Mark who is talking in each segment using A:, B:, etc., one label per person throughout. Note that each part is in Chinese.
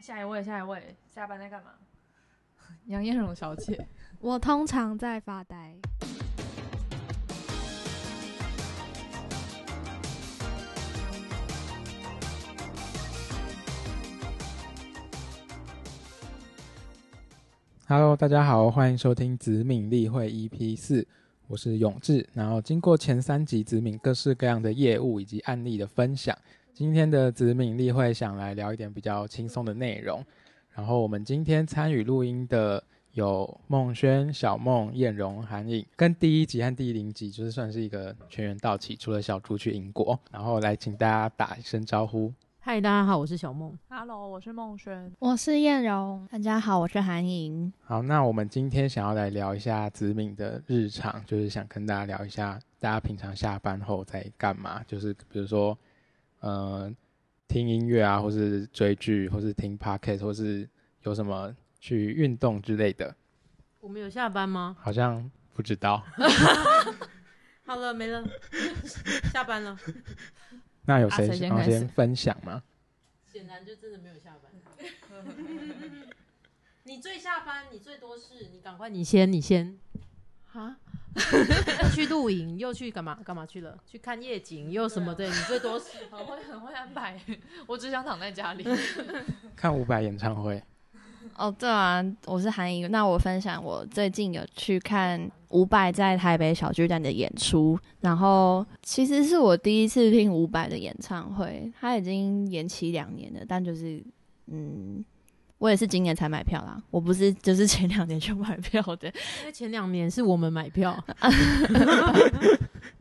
A: 下一位，下一位，下班在干嘛？ 杨艳荣小姐，
B: 我通常在发呆。
C: Hello，大家好，欢迎收听子敏例会 EP 四，我是永志。然后经过前三集子敏各式各样的业务以及案例的分享，今天的子敏例会想来聊一点比较轻松的内容。然后我们今天参与录音的有孟轩、小梦、燕荣、韩颖，跟第一集和第零集就是算是一个全员到齐，除了小猪去英国。然后来请大家打一声招呼。
D: 嗨，大家好，我是小梦。
A: Hello，我是孟轩。
B: 我是燕荣，
E: 大家好，我是韩莹。
C: 好，那我们今天想要来聊一下子敏的日常，就是想跟大家聊一下，大家平常下班后在干嘛？就是比如说，呃，听音乐啊，或是追剧，或是听 podcast，或是有什么去运动之类的。
D: 我们有下班吗？
C: 好像不知道。
D: 好了，没 了，下班了。
C: 那有
A: 啊
C: 谁
A: 谁先
C: 想要
A: 开始
C: 先分享吗？
D: 显然就真的没有下班。 你最下班，你最多事，你赶快，你先，你先。
A: 哈，
D: 又 去露营，又去干嘛？干嘛去了？去看夜景，又什么的？你最多事。
A: 很会很会安排， 我只想躺在家里。
C: 看伍佰演唱会，
E: 哦，对啊，我是韩莹。那我分享我最近有去看伍佰在台北小巨蛋的演出，然后其实是我第一次听伍佰的演唱会，他已经延期两年了，但就是嗯。我也是今年才买票啦，我不是就是前两年就买票的，
D: 因为前两年是我们买票，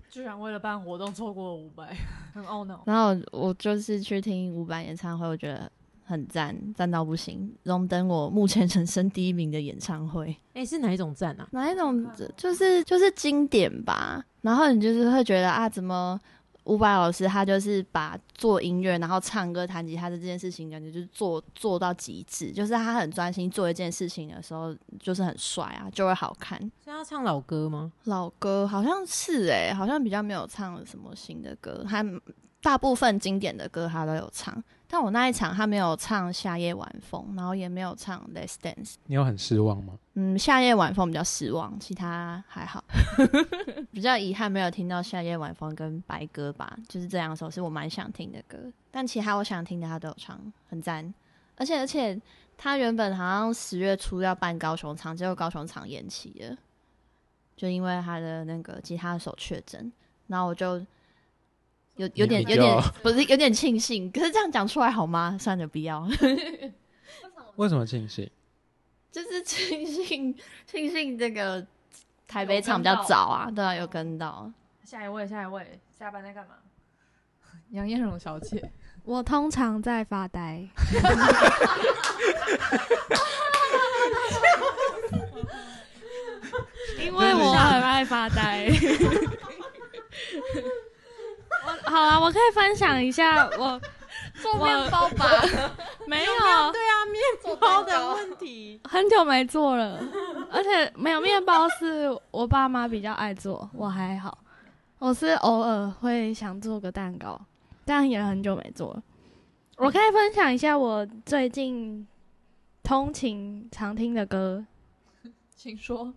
A: 居然为了办活动错过了五百， Oh 很懊恼。
E: 然后我就是去听伍佰演唱会，我觉得很赞，赞到不行，荣登我目前人生第一名的演唱会。
D: 哎、是哪一种站啊？
E: 哪一种就是就是经典吧，然后你就是会觉得啊，怎么伍佰老师他就是把做音乐，然后唱歌、弹吉他的这件事情，感觉就是做做到极致，就是他很专心做一件事情的时候，就是很帅啊，就会好看。
D: 是要唱老歌吗？
E: 老歌好像是诶、好像比较没有唱什么新的歌，他大部分经典的歌他都有唱，但我那一场他没有唱《夏夜晚风》，然后也没有唱《Let's Dance》。
C: 你有很失望吗？
E: 嗯，夏夜晚风比较失望，其他还好， 比较遗憾没有听到夏夜晚风跟白鸽吧，就是这两首是我蛮想听的歌，但其他我想听的他都有唱，很赞。而且而且他原本好像十月初要办高雄场，结果高雄场延期了，就因为他的那个吉他手确诊，然后我就有有点
C: 你比
E: 有点
C: 较
E: 不是有点庆幸，可是这样讲出来好吗？算了，不要。
C: 为什么庆幸？
E: 就是 庆幸庆幸这个台北场比较早啊，对啊，有跟到。
A: 下一位，下一位，下班在干嘛？ 杨艳荣小姐，
B: 我通常在发呆。因为我很爱发呆。 我好啊，我可以分享一下 我
E: 做
B: 面
E: 包吧，
B: 没有
D: 对啊，面包的问题。
B: 很久没做了，而且没有面包是我爸妈比较爱做，我还好。我是偶尔会想做个蛋糕，但也很久没做了。我可以分享一下我最近通勤常听的歌。
A: 请说。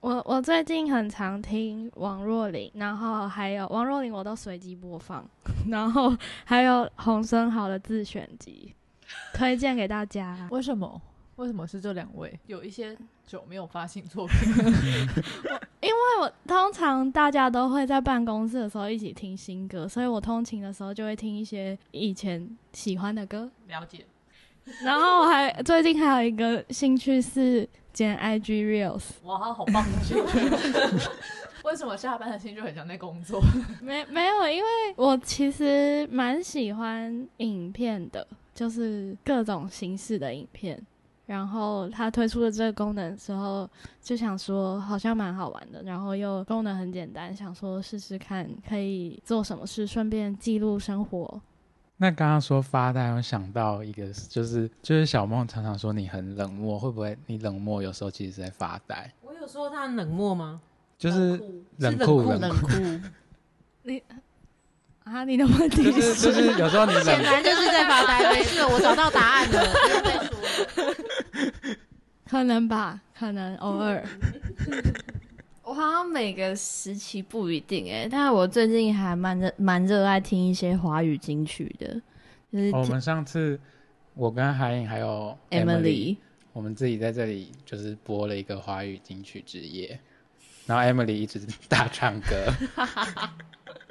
B: 我我最近很常听王若琳，然后还有王若琳我都随机播放， 然后还有洪生豪的自选集，推荐给大家。
A: 为什么？为什么是这两位？有一些久没有发行作品，
B: 我通常大家都会在办公室的时候一起听新歌，所以我通勤的时候就会听一些以前喜欢的歌。
D: 了解。
B: 然后我还最近还有一个兴趣是剪 IG reels，
D: 哇，好棒的兴趣。
A: 为什么下班的心就很像在工作？
B: 没没有，因为我其实蛮喜欢影片的，就是各种形式的影片。然后它推出了这个功能之后，就想说好像蛮好玩的，然后又功能很简单，想说试试看可以做什么事，顺便记录生活。
C: 那刚刚说发呆，我想到一个，就是就是小梦常常说你很冷漠，会不会你冷漠有时候其实是在发呆？
D: 我有说他很冷漠吗？
C: 就是
D: 酷
C: 冷
D: 冷
C: 酷
D: 酷
C: 冷
D: 冷酷。
B: 你啊，你的问 题
C: 就是就是有时候你
D: 显
C: 忍
D: 然就是在发呆，没事，我找到答案了，不用再说了。
B: 可能吧，可能偶尔。
E: 我好像每个时期不一定哎、但是我最近还蛮热蛮热爱听一些华语金曲的，就是
C: 哦我们上次我跟海颖还有
E: Emily，
C: 我们自己在这里就是播了一个华语金曲之夜，然后 Emily 一直大唱歌，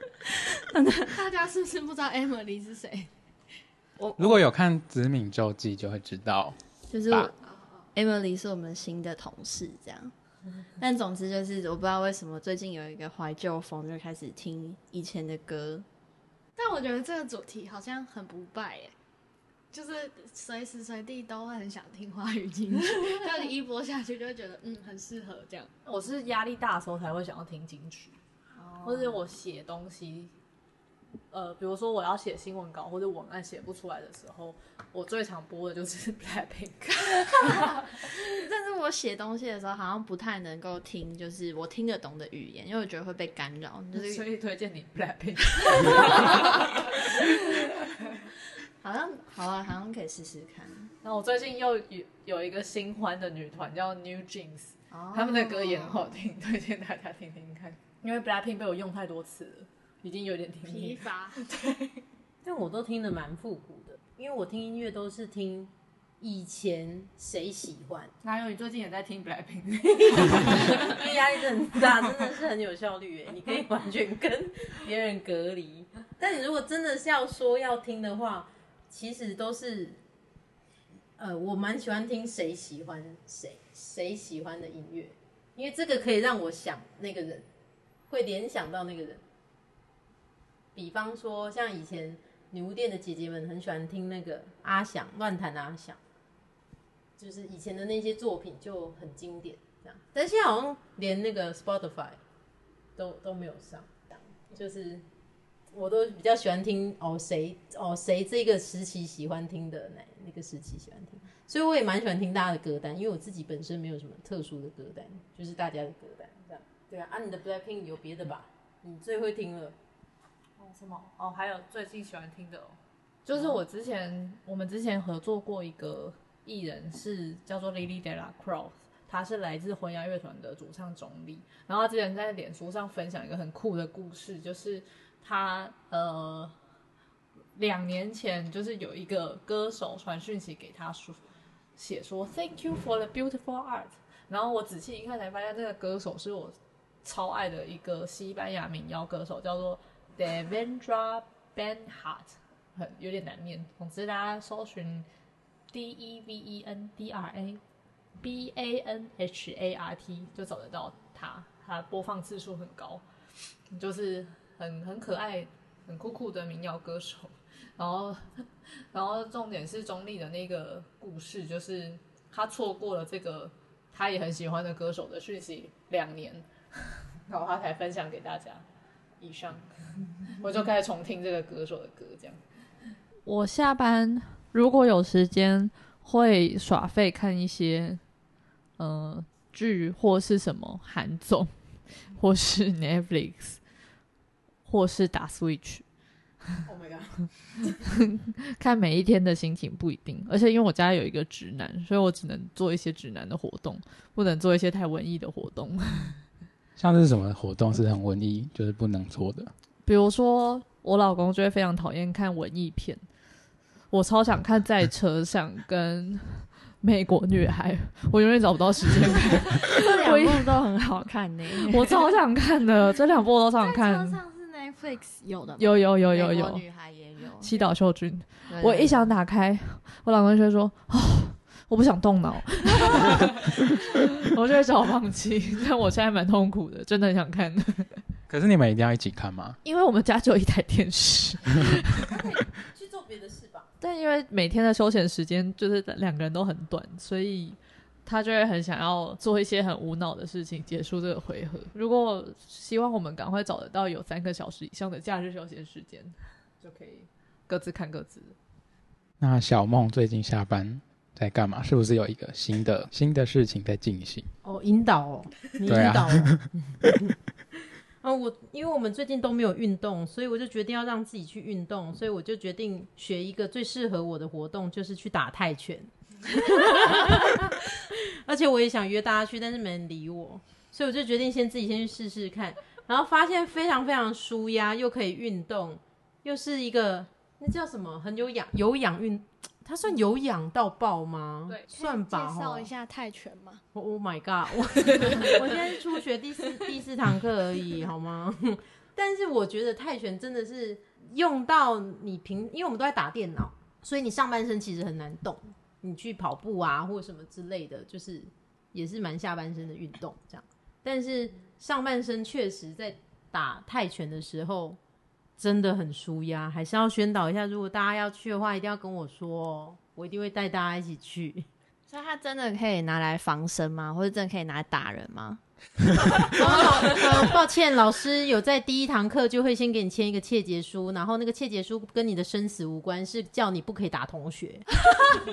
B: 大家是不是不知道 Emily 是谁？
C: 如果有看《子敏周记》就会知道。
E: 就是我 Emily 是我们新的同事这样。但总之就是，我不知道为什么最近有一个怀旧风，就开始听以前的歌。
B: 但我觉得这个主题好像很不败耶，就是随时随地都会很想听华语金曲， 但你一播下去就会觉得嗯很适合这样。
A: 我是压力大的时候才会想要听金曲，
E: 哦
A: 或者我写东西，呃，比如说我要写新闻稿或者文案写不出来的时候，我最常播的就是 Blackpink。
E: 但是我写东西的时候，好像不太能够听，就是我听得懂的语言，因为我觉得会被干扰。就是
A: 所以推荐你 Blackpink。
E: 好像好啊，好像可以试试看。
A: 那我最近又有有一个新欢的女团叫 New Jeans，
E: 哦
A: 他们的歌也很好听，推荐大家听听看。因为 Blackpink 被我用太多次了，已经有点听
B: 疲
A: 腻了。
B: 乏，
D: 但我都听得蛮复古的，因为我听音乐都是听以前谁喜欢，
A: 哪有你最近也在听 Blackpink？
D: 因为压力真的很大，真的是很有效率 诶，你可以完全跟别人隔离。但你如果真的是要说要听的话，其实都是，呃，我蛮喜欢听谁喜欢谁谁喜欢的音乐，因为这个可以让我想那个人，会联想到那个人。比方说，像以前女巫店的姐姐们很喜欢听那个阿响乱弹阿响，就是以前的那些作品就很经典这样。但现在好像连那个 Spotify 都都没有上，就是我都比较喜欢听哦谁哦谁这个时期喜欢听的哪那个时期喜欢听，所以我也蛮喜欢听大家的歌单，因为我自己本身没有什么特殊的歌单，就是大家的歌单这样。对啊，啊你的 Blackpink 有别的吧？你最会听了。
A: 哦，什么？哦，还有最近喜欢听的、哦，就是我之前我们之前合作过一个艺人是叫做 Lily De La Cruz，她是来自魂牙乐团的主唱钟丽。然后她之前在脸书上分享一个很酷的故事，就是她呃两年前就是有一个歌手传讯息给她说写说 Thank you for the beautiful art。然后我仔细一看才发现，这个歌手是我超爱的一个西班牙民谣歌手，叫做 Devendra Banhart，很有点难念。总之大家搜寻 D E V E N D R A B A N H A R T 就找得到他，他播放次数很高，就是很很可爱、很酷酷的民谣歌手。然后，然后重点是中立的那个故事，就是他错过了这个他也很喜欢的歌手的讯息两年， 然后他才分享给大家。以上，我就开始重听这个歌手的歌，这样。我下班如果有时间，会耍废看一些呃剧或是什么韩综，或是 Netflix，或是打 Switch。
D: Oh my god！
A: 看每一天的心情不一定，而且因为我家有一个直男，所以我只能做一些直男的活动，不能做一些太文艺的活动。
C: 像是什么活动是很文艺，就是不能做的。
A: 比如说，我老公就会非常讨厌看文艺片，我超想看在车上跟美国女孩，我永远找不到时 间看，
E: 这
A: 两部
E: 都很好看 呢、
A: 我超想看的，这两部我都超想
B: 车
A: 看。
B: 上是 Netflix 有的吗？
A: 有有有有
E: 美国
A: 有，
E: 女孩也有。
A: 西岛秀君，
E: 对
A: 我一想打开，我老公就会说：“哦，我不想动脑。” 我就会叫我放弃，但我现在蛮痛苦的，真的很想看，
C: 可是你们一定要一起看吗？
A: 因为我们家只有一台电视。
D: 去做别的事吧。
A: 但因为每天的休闲时间就是两个人都很短，所以他就会很想要做一些很无脑的事情，结束这个回合。如果希望我们赶快找得到有三个小时以上的假日休闲时间，就可以各自看各自。
C: 那小梦最近下班在干嘛？是不是有一个新的新的事情在进行？
D: 哦，引导哦，你
C: 对啊
D: 引导哦。哦，我因为我们最近都没有运动，所以我就决定要让自己去运动，所以我就决定学一个最适合我的活动，就是去打泰拳。而且我也想约大家去，但是没人理我，所以我就决定先自己先去试试看，然后发现非常非常舒压，又可以运动，又是一个那叫什么很有氧有氧运，它算有氧到爆吗？
A: 对
D: 算吧。
B: 介绍一
D: 齁
B: 下泰拳嘛，
D: Oh- Oh my god！我我现在是初学第四第四堂课而已，好吗？ 但是我觉得泰拳真的是用到你平，因为我们都在打电脑，所以你上半身其实很难动。你去跑步啊，或什么之类的，就是也是蛮下半身的运动这样。但是上半身确实在打泰拳的时候真的很舒压，还是要宣导一下，如果大家要去的话，一定要跟我说哦，我一定会带大家一起去。
E: 所以它真的可以拿来防身吗？或者真的可以拿来打人吗？
D: 哦呃，抱歉，老师有在第一堂课就会先给你签一个切结书，然后那个切结书跟你的生死无关，是叫你不可以打同学。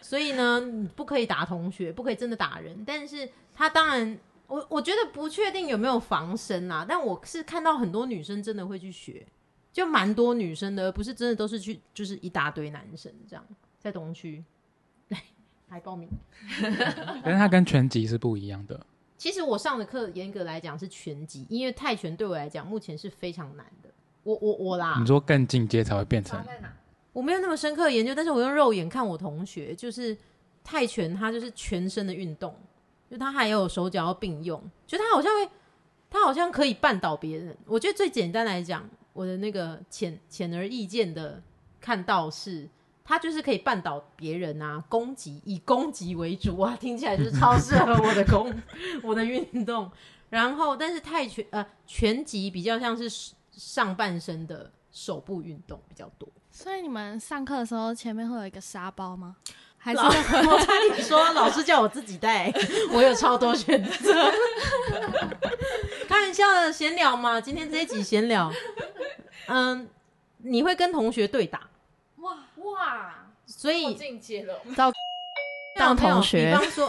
D: 所以呢，你不可以打同学，不可以真的打人。但是他当然，我我觉得不确定有没有防身啦、但我是看到很多女生真的会去学，就蛮多女生的，而不是真的都是去就是一大堆男生这样在东区。来报名。啊
C: 但是它跟拳击是不一样的。
D: 其实我上的课严格来讲是拳击，因为泰拳对我来讲目前是非常难的。我我我啦
C: 你，说更进阶才会变成
A: 差在哪？
D: 我没有那么深刻的研究，但是我用肉眼看我同学，就是泰拳，它就是全身的运动，就它还有手脚要并用，就它好像会，它好像可以绊倒别人。我觉得最简单来讲，我的那个浅显而易见的看到是。它就是可以绊倒别人啊，攻击以攻击为主啊，听起来就是超适合我的攻 我的运动。然后，但是泰拳呃拳击比较像是上半身的手部运动比较多。
B: 所以你们上课的时候前面会有一个沙包吗？还是
D: 老 我差点说老师叫我自己带， 我有超多选择。开玩笑的，闲聊嘛，今天这一集闲聊。嗯，你会跟同学对打，
A: 哇哇，
D: 所
A: 我
D: 以
A: 进阶了，
E: 当同学
D: 没有比方说，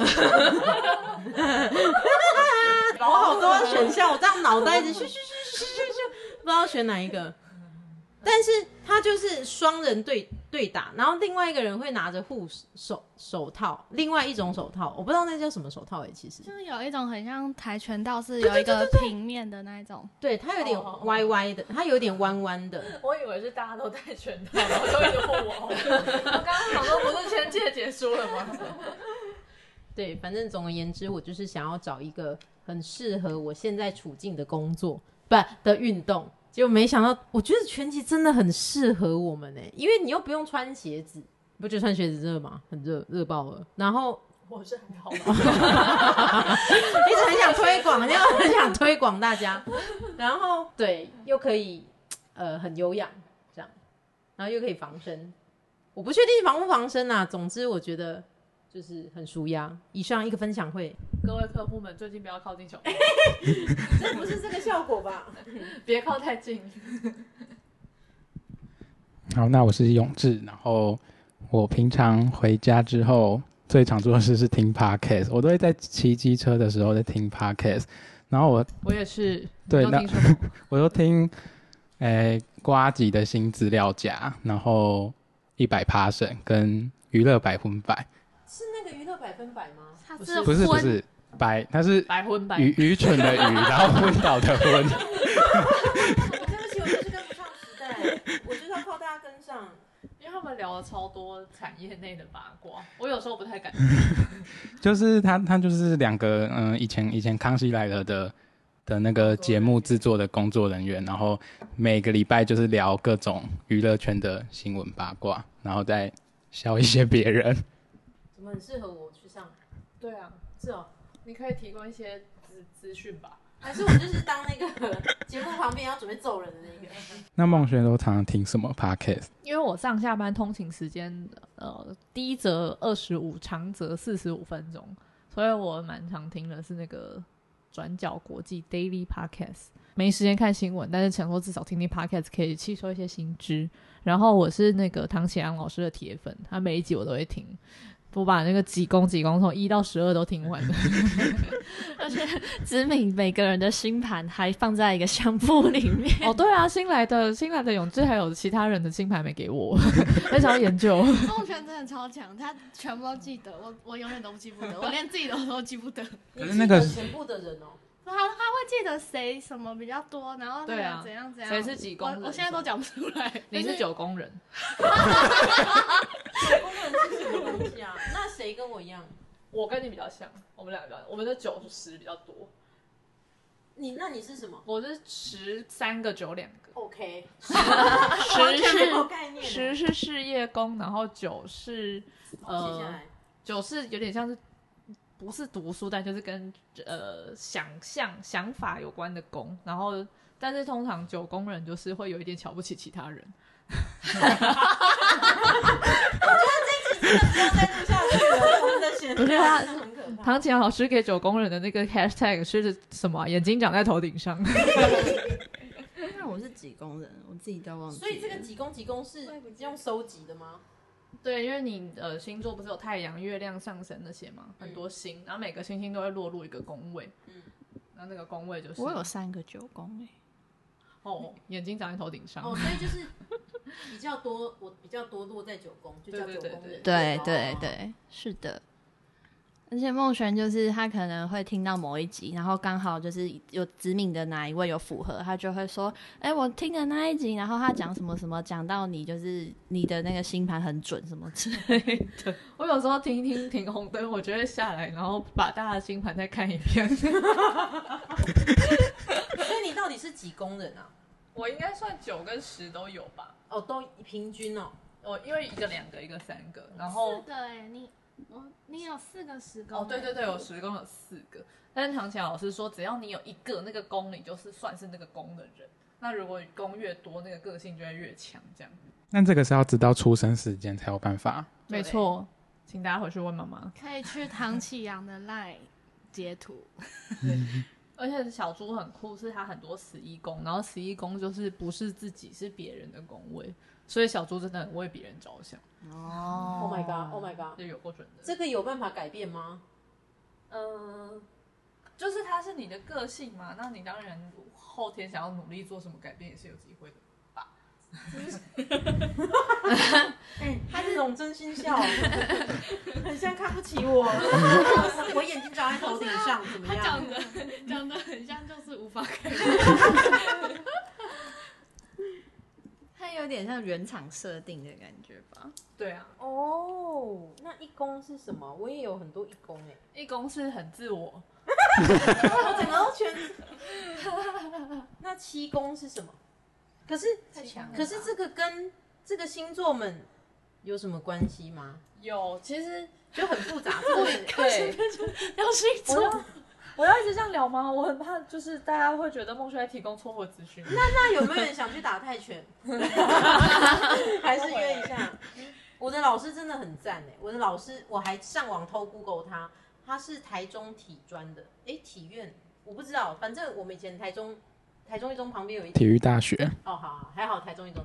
A: 我
D: 哦我好多选项，我这样脑袋一直咻咻咻咻咻咻咻，不知道选哪一个。但是他就是双人对对打，然后另外一个人会拿着护手手套，另外一种手套，我不知道那叫什么手套哎、其实
B: 就是有一种很像跆拳道是有一个平面的那一种，
D: 对，它有
A: 哦哦哦
D: 点歪歪的，它有点弯弯的。
A: 我以为是大家都戴拳套，然后都一直问我。我刚刚想说，不是签界结束了吗？
D: 对，反正总而言之，我就是想要找一个很适合我现在处境的工作，不的运动。结果没想到，我觉得拳击真的很适合我们呢、欸因为你又不用穿鞋子，不就穿鞋子热吗？很热，热爆了。然后
A: 我是很好
D: 一直很想推广，又很想推广大家。然后对，又可以呃很有氧这样，然后又可以防身。我不确定防不防身啊，总之我觉得就是很舒压。以上一个分享会，
A: 各位客户们，最近不要靠近熊猫，
D: 这不是这个效果吧？
A: 别靠太近。
C: 好，那我是永志，然后我平常回家之后最常做的事是听 podcast，我都会在骑机车的时候在听 podcast，然后我
A: 我也是，
C: 对
A: 都
C: 那
A: 听什么？
C: 我都听诶瓜吉的新资料夹，然后一百 passion 跟娱乐百分百，
D: 是那个娱乐百分百吗？
B: 它
A: 不
B: 是
A: 是
C: 不是不
B: 婚
C: 是百，它是
A: 白婚白
C: 愚愚蠢的愚，然后昏倒的昏。
D: 哦对不起，我就是跟不上时代，我就是要靠大家跟上。
A: 因为他们聊了超多产业内的八卦，我有时候不太敢。
C: 就是他，他就是两个嗯、以前以前《康熙来了的》的那个节目制作的工作人员，然后每个礼拜就是聊各种娱乐圈的新闻八卦，然后再笑一些别人。
D: 怎么很适合我去上？
A: 对啊，
D: 是哦，
A: 你可以提供一些资资讯吧。
D: 还是我就是当那个节目旁边要准备揍人的那个？
C: 那孟轩都常常听什么 podcast？
A: 因为我上下班通勤时间，呃，低则二十五，长则四十五分钟，所以我蛮常听的是那个转角国际 Daily Podcast。没时间看新闻，但是想说至少听听 Podcast 可以吸收一些新知。然后我是那个唐启阳老师的铁粉，他每一集我都会听，我把那个几公几公从一到十二都听完了。
E: 而且子敏每个人的星盘还放在一个相簿里面，
A: 哦，对啊，新来的新来的永志还有其他人的星盘没给我， 很想要研 究。
B: 动圈真的超强，他全部都记得，我我永远都记不 得，我连自己都都记 不得。
D: 你
C: 可是那个
D: 记得全部的人哦，
B: 他他会记得谁什么比较多，然后那
A: 对
B: 个
A: 啊
B: 怎样怎样。
A: 谁是几
B: 我
A: 宫人？
B: 我现在都讲不出来。
A: 你
B: 就是
A: 九宫人，
D: 九宫人是什么东西啊？ 那谁跟我一样？
A: 我跟你比较像，我们俩比较，我们的九十比较多，
D: 你那你是什么
A: 我是十三个九两个，
D: ？OK，完
A: 十
D: 全没有
A: 是
D: 概念的。
A: 十是事业宫，然后九是
D: 接下
A: 呃
D: 来
A: 九是有点像是不是读书，但就是跟呃想象想法有关的宫，然后但是通常九宫人就是会有一点瞧不起其他人。
D: 不要再录下去了，我们的选
A: 不是啊
D: 真的 很可怕。
A: 唐启阳老师给九宫人的那个 hashtag 是什么啊？眼睛长在头顶上。
E: 那我是几宫人，我自己都忘记了。
D: 所以这个几公几公是用收集的吗？
A: 对，因为你呃星座不是有太阳、月亮、上升那些嘛，很多星，然后每个星星都会落入一个宫位，
D: 嗯
A: 嗯，然后那个宫位就是
E: 我有三个九宫诶、
A: 哦，眼睛长在头顶上，
D: 哦，所以就是比较多，我比较多落在九宫，就叫九宫人。
E: 对
D: 哦
E: 对，对，是的。而且梦璇就是他可能会听到某一集，然后刚好就是有指敏的哪一位有符合，他就会说：“哎、我听的那一集，然后他讲什么什么，讲到你就是你的那个星盘很准什么之类的。
A: 我有时候停一停停红灯，我就会下来，然后把大家的星盘再看一遍。
D: 所以你到底是几宫人啊？
A: 我应该算九跟十都有吧，
D: 哦，都平均哦。
A: 我因为一个两个，一个三个，然后
B: 四个哎、你我你有四个十宫、
A: 哦对对对，我十宫有四个，但是唐启阳老师说，只要你有一个那个宫，你就是算是那个宫的人。那如果宫越多，那个个性就会越强，这样。
C: 那这个是要直到出生时间才有办法。
A: 没错，请大家回去问妈妈。
B: 可以去唐启阳的 line 截图，
A: 而且小猪很酷，是它很多十一宫，然后十一宫就是不是自己是别人的宫位，所以小猪真的很为别人着想，
E: 哦
D: Oh my god，Oh my god，
A: 就有过准的。
D: 这个有办法改变吗？
A: 呃，就是它是你的个性嘛，那你当然后天想要努力做什么改变也是有机会的。
D: 哎，他这种真心 笑，很像看不起我。我眼睛长在头顶上，怎么样？
B: 的 讲的很像，就是无法改。
E: 它有点像原厂设定的感觉吧？
A: 对啊，
D: 哦，那一宫是什么？我也有很多一宫哎。
A: 一宫是很自我，
D: 我整个都全。那七宫是什么？可是
A: 太强了
D: 可是这个跟这个星座们有什么关系吗？
A: 有其 实
D: 就很复 杂，这个对，
E: 要星
A: 我要 我要一直这样聊吗？我很怕就是大家会觉得孟轩在提供错误资讯。
D: 那有没有人想去打泰 拳？还是约一下？我的老师真的很赞哎！我的老师，我还上网偷 Google 他，他是台中体专的，哎，体院我不知道，反正我们以前台中台中一中旁边有一
C: 体育大学，
D: 哦，好好，还好台中一中。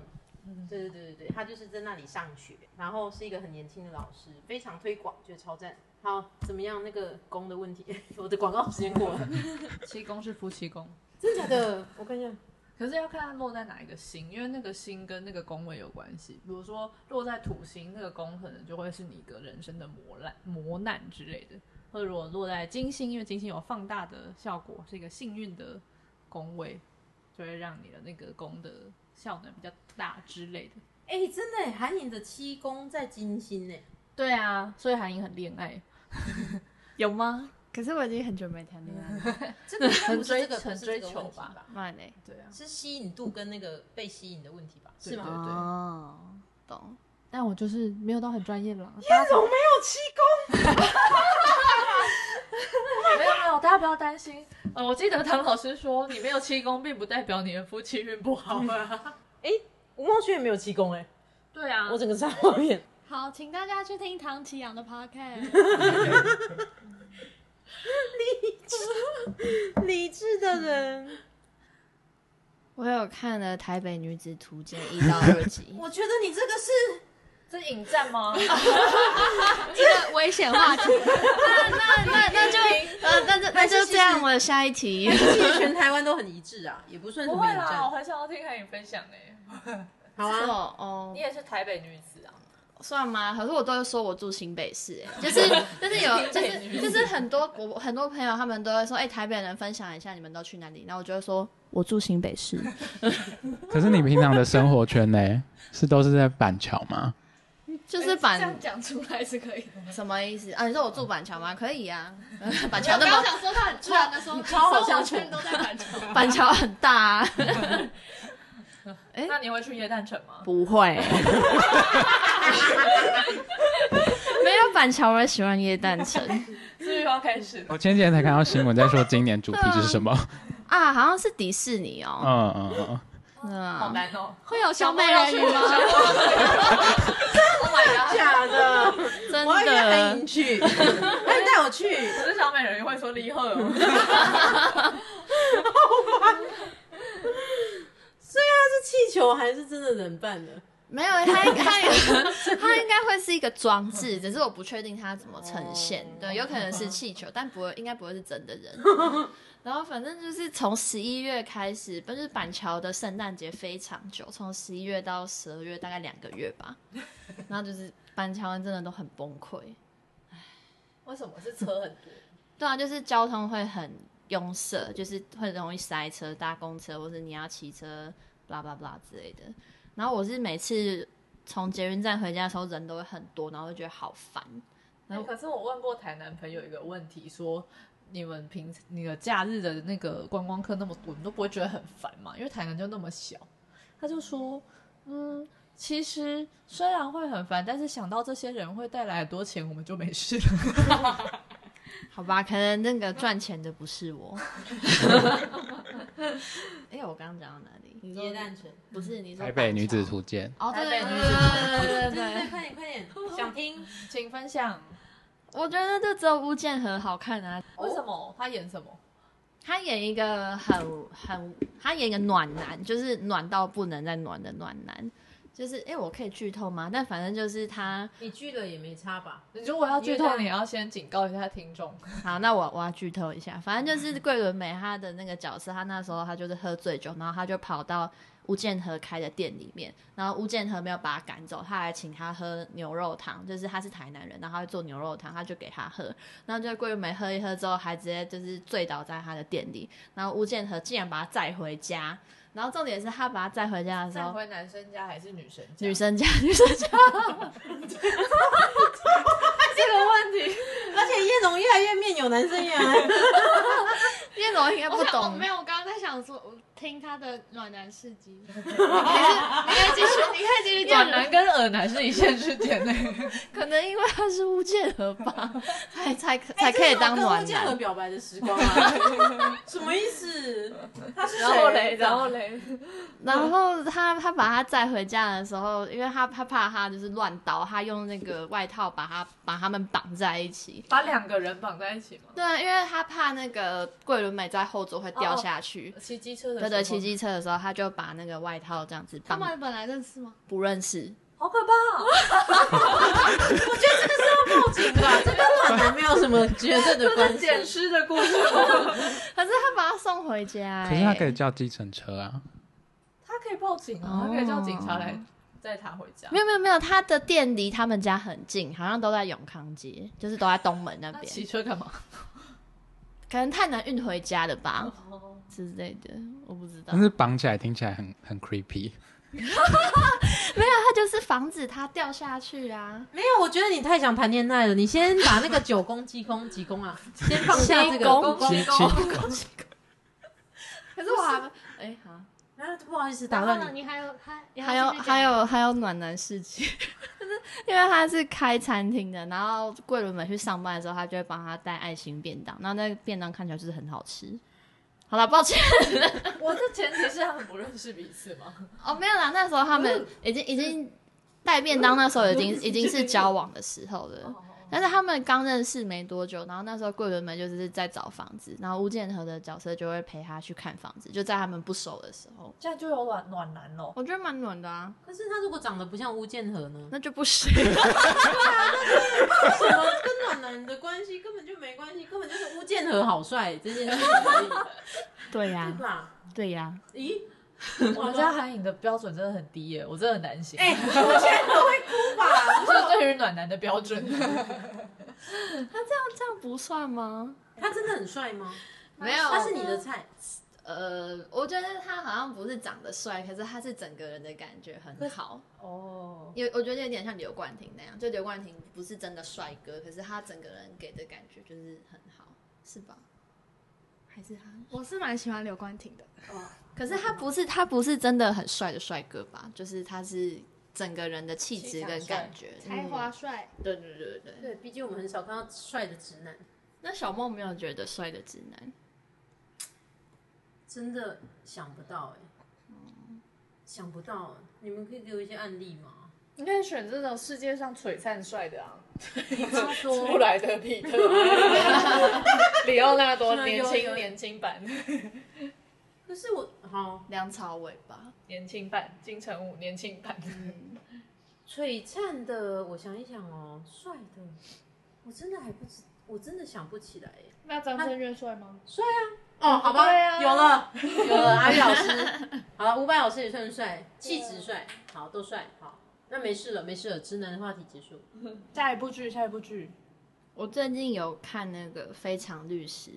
D: 对对对对对，他就是在那里上学，然后是一个很年轻的老师，非常推广，觉得超赞。好，怎么样？那个工的问题， 我的广告时间过了，
A: 七宫是夫妻宫。
D: 真的假的？我看一下。
A: 可是要看它落在哪一个星，因为那个星跟那个宫位有关系。比如说落在土星，那个宫可能就会是你一个人生的磨难、磨难之类的。或者如果落在金星，因为金星有放大的效果，是一个幸运的宫位，就会让你的那个宫的效能比较大之类的。
D: 哎、真的耶，韩影的七宫在金星呢。
A: 对啊，所以韩莹很恋爱， 有吗？
E: 可是我已经很久没谈恋爱了。
D: 这个应该不是
A: 嗯很追
D: 这个
A: 很
D: 不是
A: 追
D: 这个
A: 求
D: 问题
A: 吧
D: 吧？
E: 慢欸嘞、
A: 对啊，
D: 是吸引度跟那个被吸引的问题吧？
A: 对
D: 是吗？
A: 对
E: 哦，懂。
A: 但我就是 没有到很专业啦。
D: 哦
A: 没有没有，大家不要担心。呃，我记得唐老师说，你没有七宫，并不代表你的夫妻运不好啊。
D: 吴梦轩也没有七宫哎，
A: 对啊，
D: 我整个傻画面。
B: 好，请大家去听唐启阳的 podcast。
D: 理智的
A: 嗯
D: 人，
E: 我有看了《台北女子图鉴》一到二集，
D: 我觉得你这个是
A: 这是引战吗？
E: 一个危险话题。那那那那就呃，那就那就这样，我的下一题。
D: 其实全台湾都很一致啊，也不算什
A: 不
D: 么
A: 会
D: 引
A: 啦，我哦
D: 战。
A: 很想要听海颖分享欸诶、
D: 好
E: 是
D: 啊，
E: 哦哦
A: 你，也是台北女子啊，
E: 算吗？可是我都说我住新北市、哎， 就是就是 有就是就是很多我很多朋友他们都会说，哎、台北人分享一下你们都去哪里？然后我就会说我住新北 市，
C: 可是你平常的生活圈呢， 是都是在板桥吗？
E: 就是
A: 这样
E: 板
A: 讲出来是可以的。
E: 什么意思啊？你说我住板桥 吗？可以呀、啊，板桥
B: 我
E: 那
B: 刚
E: 么
B: 想说他很突然的说，
D: 超好
B: 生
D: 相
B: 活
D: 处
B: 圈都在板桥，
E: 板桥很大、 啊，
A: 那你会去夜诞城 吗？
E: 不会。 没有板桥，我喜欢椰蛋城
A: 是不是又要开始了？
C: 我前几天才看到新闻在说今年主题是什么，
E: 啊，好像是迪士尼 哦。
C: 嗯嗯嗯嗯，
A: 好
E: 嗯，
A: 难哦、
B: 会有小美人鱼吗？
A: 啊
D: 假的，
E: 真
D: 我还以为
E: 的
D: 很隐去， 那你带我去，
A: 可是小美人鱼会说离合哦，
D: 这气球还是真的人扮的。
E: 没有，它应该它它应该会是一个装置，只是我不确定它怎么呈现。对，有可能是气球，但不会，应该不会是真的 人。然后反正就是从十一月开始，不是板桥的圣诞节非常久，从十一月到十二月，大概两个月吧。然后就是板桥人真的都很崩溃。
A: 为什么是车很多？
E: 对啊，就是交通会很拥塞，就是会容易塞车，搭公车或者你要骑车，blah blah blah 之类的。然后我是每次从捷运站回家的时候，人都会很多，然后就觉得好烦。然后
A: 可是我问过台南朋友一个问题，说你们平你的假日的那个观光客那么多，你都不会觉得很烦吗？因为台南就那么小，他就说，嗯，其实虽然会很烦，但是想到这些人会带来很多钱，我们就没事了。
E: 好吧，可能那个赚钱的不是我。哎、我刚刚讲到哪里？你说
D: 椰蛋城，
E: 不是你说
C: 台北女子
E: 板桥
C: 图鉴，
E: 哦，对对
A: 台北
E: 对
A: 女
E: 对对对
D: 对
E: 对
D: 对对，
E: 对，
D: 快点快点，想听。
A: 请分享
E: 我觉得这只有吴建和好看啊。
A: 为什么他演什么？
E: 他演一个很很，他演一个暖男，就是暖到不能再暖的暖男。就是，哎、我可以剧透吗？但反正就是他，
D: 你去了也没差吧？
A: 如果要剧
D: 因为
A: 透，
D: 他
A: 你要先警告一下听众。
E: 好，那我我要剧透一下，反正就是桂纶镁她的那个角色，她那时候她就是喝醉酒，然后她就跑到吴建和开的店里面，然后吴建和没有把她赶走，他还请她喝牛肉汤，就是他是台南人，然后他会做牛肉汤，他就给她喝，然后就桂纶镁喝一喝之后，还直接就是醉倒在他的店里，然后吴建和竟然把她载回家，然后重点是他把她载回家的时
A: 再
E: 候。
A: 回男生家还是女生家？
E: 女生家， 女生家，
D: 而且叶龙越来越面有男生缘，
E: 叶总应该不
B: 我想我哦
E: 懂
B: 没。有，我刚刚在想说，我听他的暖男事迹， 你可以你可以继续，你可以继续讲
A: 暖男跟耳男是一线之间的。
E: 可能因为他是吴建和吧，才才才可
D: 哎
E: 以当暖
D: 建和
E: 男。
D: 表白的时 光啊，什么意思？他是谁
A: 然后 嘞，然后嘞，
E: 然后他他把他载回家的时候，因为他他怕他就是乱倒，他用那个外套把他把他们绑在一起。
A: 把两个人绑在一起嘛。
E: 对啊，因为他怕那个桂纶镁在后座会掉下
D: 嗯
E: 去。
A: 骑机车的时
E: 对
A: 候，
E: 对，骑机车的时候，他就把那个外套这样子
B: 他
E: 绑，
B: 们本来认识吗？
E: 不认识。
A: 好可怕哦、
D: 啊这跟暖男没有什么绝对 的
A: 这是
D: 关
A: 捡
D: 系。
A: 尸的故事。
E: 可是他把他送回家、欸，
C: 可是他可以叫计程车啊，
A: 他可以报警啊，
E: 哦
A: 他可以叫警察来载他回家。
E: 没有没有没有，他的店离他们家很近，好像都在永康街，就是都在东门那
A: 那
E: 边，
A: 骑车干嘛？
E: 可能太难运回家了吧之类的，我不知道
C: 但。是绑起来听起来很很 creepy。
E: 他就是防止他掉下去啊，
D: 没有，我觉得你太想谈恋爱了。你先把那个九宫、七宫、几宫啊， 先放下这
E: 七
D: 个
E: 宫
D: 公
C: 七七
E: 可是我还哎好，
D: 啊，不好意思打
B: 然后呢，
D: 断你。
B: 你还有还
E: 还有还有还有暖男事迹，因为他是开餐厅的，然后桂纶镁去上班的时候，他就会帮他带爱心便当，然后那个便当看起来就是很好吃。好了，抱歉
A: 我这前提是他们不认识彼此吗？
E: 哦，没有啦，那时 候他们已经已经带便当，那时候已经已经是交往的时候了。但是他们刚认识没多久，然后那时候桂纶镁就是在找房子，然后吴建和的角色就会陪他去看房子，就在他们不熟的时候，
A: 这样就有暖暖男喽。
E: 我觉得蛮暖哦的啊，
D: 可是他如果长得不像吴建和呢？
E: 那就不行。
D: 什么跟暖男的关系根本就没关系，根本就是吴建和好帅这件事情而 已，啊
E: 对呀、
D: 对吧？
E: 对呀、
D: 咦，
A: 我们家韩影的标准真的很低耶、我真的很难行。
D: 哎，吴建和会哭吧？
A: 就是对于暖男的标准，
E: 这样不算吗？
D: 他真的很帅吗？
E: 没有，
D: 他是你的菜，
E: 呃，我觉得他好像不是长得帅，可是他是整个人的感觉很好。
A: 哦，
E: 有，我觉得有点像刘冠廷那样，就刘冠廷不是真的帅哥，可是他整个人给的感觉就是很好，是吧？还是他？
B: 我是蛮喜欢刘冠廷的，
E: 可是他不是，他不是真的很帅的帅哥吧？就是他是整个人的气质跟感觉。嗯
B: 才华帅，
E: 对对对对对。
D: 对，毕竟我们很少看到帅的直男。
E: 那小梦没有觉得帅的直男，
D: 真的想不到哎、想不到，欸你们可以给我一些案例吗？
A: 你可以选这种世界上璀璨帅的啊，
D: 他
A: 布
D: 说，
A: 莱德皮特、里奥纳多
D: 是啊
A: 年
D: 有
A: 轻
D: 有
A: 年轻版、
D: 可是我好
E: 梁朝伟吧？
A: 年轻版、金城武年轻版，
E: 嗯，
D: 璀璨的，我想一想哦，帅的，我真的还不知，我真的想不起来哎、
A: 那张震岳帅吗？
D: 哦，好吧，
A: 对啊
D: 有了，有 了，阿玉老师，好了，伍佰老师也算帅，气质帅，好，都帅，好，那没事了，没事了，直男的话题结束。
A: 下一部剧，下一部剧，
E: 我最近有看那个《非常律师》，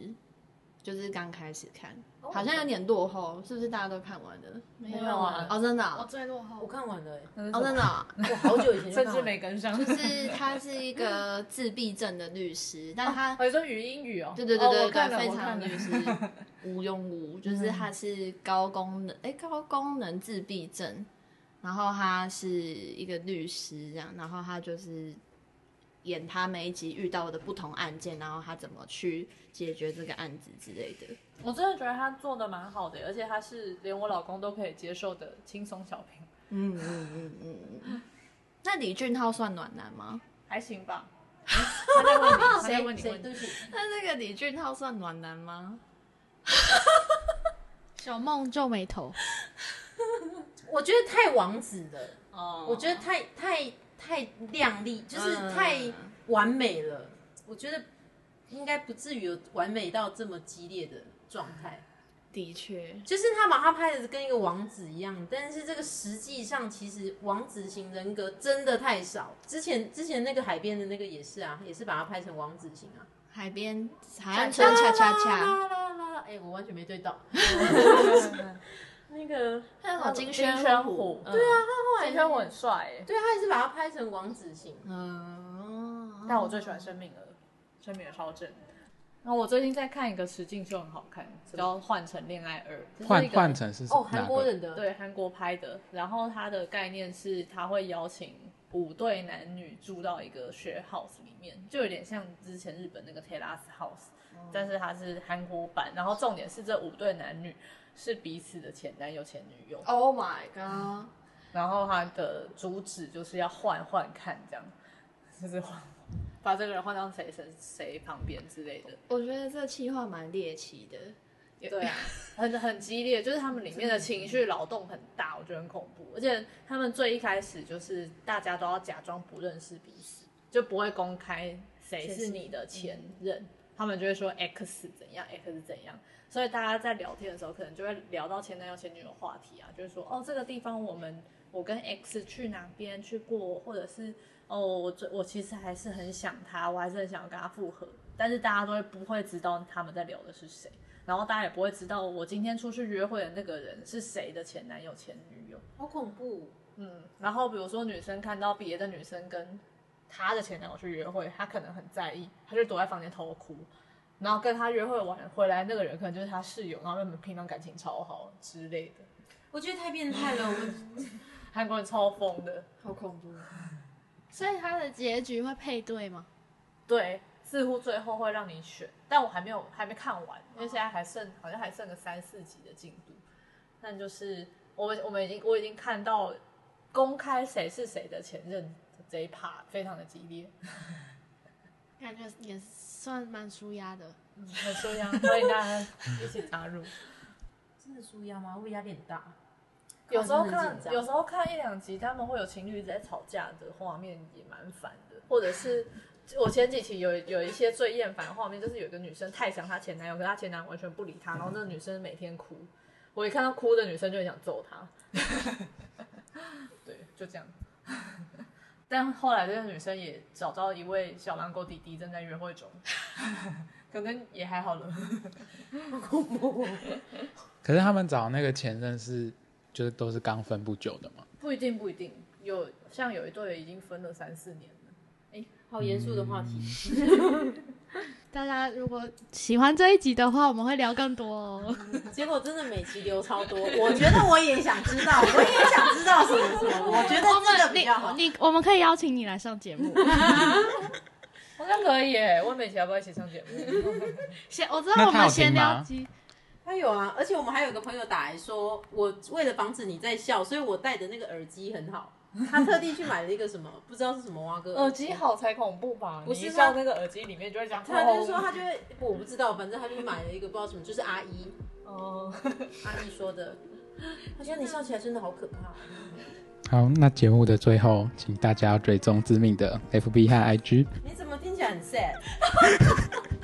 E: 就是刚开始看，
A: 哦
E: 好像有点落后，是不是大家都看完了？
B: 没
D: 有啊
E: 哦，真的
B: 我
E: 哦，
B: 最落后
D: 我。看完了、欸，
E: 哦真 的哦，
D: 我好久以前就
A: 甚
D: 看
A: 至
D: 完
A: 没
D: 了。
A: 跟上。
E: 就是他是一个自闭症的律师，但他
A: 我你说语音语哦，
E: 对对对
A: 哦
E: 对
A: 我看
E: 对，
A: 了
E: 非
A: 我看
E: 常
A: 了
E: 律师无庸无，就是他是高功能哎高功能自闭症，然后他是一个律师这样，然后他就是演他每一集遇到的不同案件，然后他怎么去解决这个案子之类的。
A: 我真的觉得他做的蛮好的，而且他是连我老公都可以接受的轻松小品，
E: 嗯嗯嗯嗯嗯嗯。那李俊浩算暖男吗？
A: 还行吧。嗯他在问你，他在问你
D: 谁谁
A: 问
D: 对
A: 题
D: 不起，
E: 那那个李俊浩算暖男吗？
B: 小梦皱眉头，
D: 我觉得太王子了。
A: 哦
D: 我觉得太太太靓丽，就是
E: 嗯
D: 太完美了。我觉得应该不至于有完美到这么激烈的状态。
E: 的确，
D: 就是他把他拍的跟一个王子一样，但是这个实际上其实王子型人格真的太少。之前之前那个海边的那个也是啊，也是把他拍成王子型啊。
E: 海边海岸村恰恰恰，
D: 啦啦啦啦！哎、我完全没对到。
A: 嗯
D: 那个
E: 还有金宣
A: 宣
E: 虎
A: 虎，嗯
E: 对啊，
A: 金宣我很帅哎，
D: 对，他也是把他拍成王子型。
E: 嗯，
A: 但我最喜欢申敏儿，申敏儿超正。然后我最近在看一个实境秀，很好看，叫《换成恋爱二》，这是
C: 换
A: 一个
C: 换成是
D: 哦，
C: 哪
D: 韩
C: 个
D: 国人的
A: 对韩国拍的。然后它的概念是，他会邀请五对男女住到一个 share house 里面，就有点像之前日本那个 terrace house，、但是它是韩国版。然后重点是这五对男女是彼此的前男友、前女友。
E: ，Oh my god，
A: 然后他的主旨就是要换换看，这样就是换把这个人换到谁身谁旁边之类的。
E: 我觉得这气话蛮猎奇的，
A: 对啊，很很激烈，就是他们里面的情绪劳动很大，我觉得很恐怖。而且他们最一开始就是大家都要假装不认识彼此，就不会公开谁是你的前任，他们就会说 X 怎样，X 怎样。所以大家在聊天的时候，可能就会聊到前男友、前女友话题啊，就是说哦，这个地方我们我跟 X 去哪边去过，或者是哦，我最我其实还是很想他，我还是很想要跟他复合，但是大家都会不会知道他们在聊的是谁，然后大家也不会知道我今天出去约会的那个人是谁的前男友、前女友。
D: 好恐怖。
A: 嗯，然后比如说女生看到别的女生跟她的前男友去约会，她可能很在意，她就躲在房间偷哭。然后跟她约会完回来，那个人可能就是她室友，然后他们平常感情超好之类的。
D: 我觉得太变态了，我
A: 韩国人超疯的，
E: 好恐怖。
B: 所以他的结局会配对吗？
A: 对，似乎最后会让你选，但我还没有还没看完，因为现在还剩好像还剩个三四集的进度。但就是我们我们已经我已经看到公开谁是谁的前任的这一趴非常的激烈，
B: 感觉也算蛮舒压的。
A: 嗯很舒压，欢迎大家一起加入。
D: 真的舒压吗？我压力很大，
A: 有时候
D: 看得很
A: 看
D: 紧，张
A: 有时候看一两集，他们会有情侣在吵架的画面，也蛮烦的。或者是我前几期有有一些最厌烦的画面，就是有一个女生太想她前男友，可是她前男友完全不理她，然后那个女生每天哭，我一看到哭的女生就很想揍她。 对，就这样。 但后来这个女生也找到一位小狼狗弟弟，正在约会中， 可能也还好了。
C: 可是他们找那个前任是，就是都是刚分不久的嘛。
A: 不一定，不一定。有像有一对已经分了三四年了，
D: 好严肃的话题。
B: 大家如果喜欢这一集的话，我们会聊更多哦。
D: 结果真的每期留超多，嗯我觉得我也想知道，我也想知道什么什么，我觉得嗯这个比较好。
B: 你 我们可以邀请你来上 节目。
A: 好像可以耶。问美琪要不要一起上节目？
B: 闲，我知
C: 那
B: 道我
C: 他有
B: 们闲
C: 听吗
B: 聊机，
D: 他有啊，而且我们还有个朋友打来说，我为了防止你在笑，所以我戴的那个耳机很好。他特地去买了一个什么，不知道是什么蛙哥
A: 耳机，好才恐怖吧？
D: 不
A: 你
D: 是
A: 一
D: 吗
A: 笑那个耳机里面就会讲，
D: 他就是说他就会，我不知道，反正他就买了一个不知道什么，就是阿姨
A: 哦，
D: 阿姨说的。他说你笑起来真的好可怕。
C: 好，那节目的最后，请大家要追踪致命的 FB 和 IG。
D: 你怎么听起来很 sad？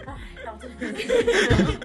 D: 哎，到这边。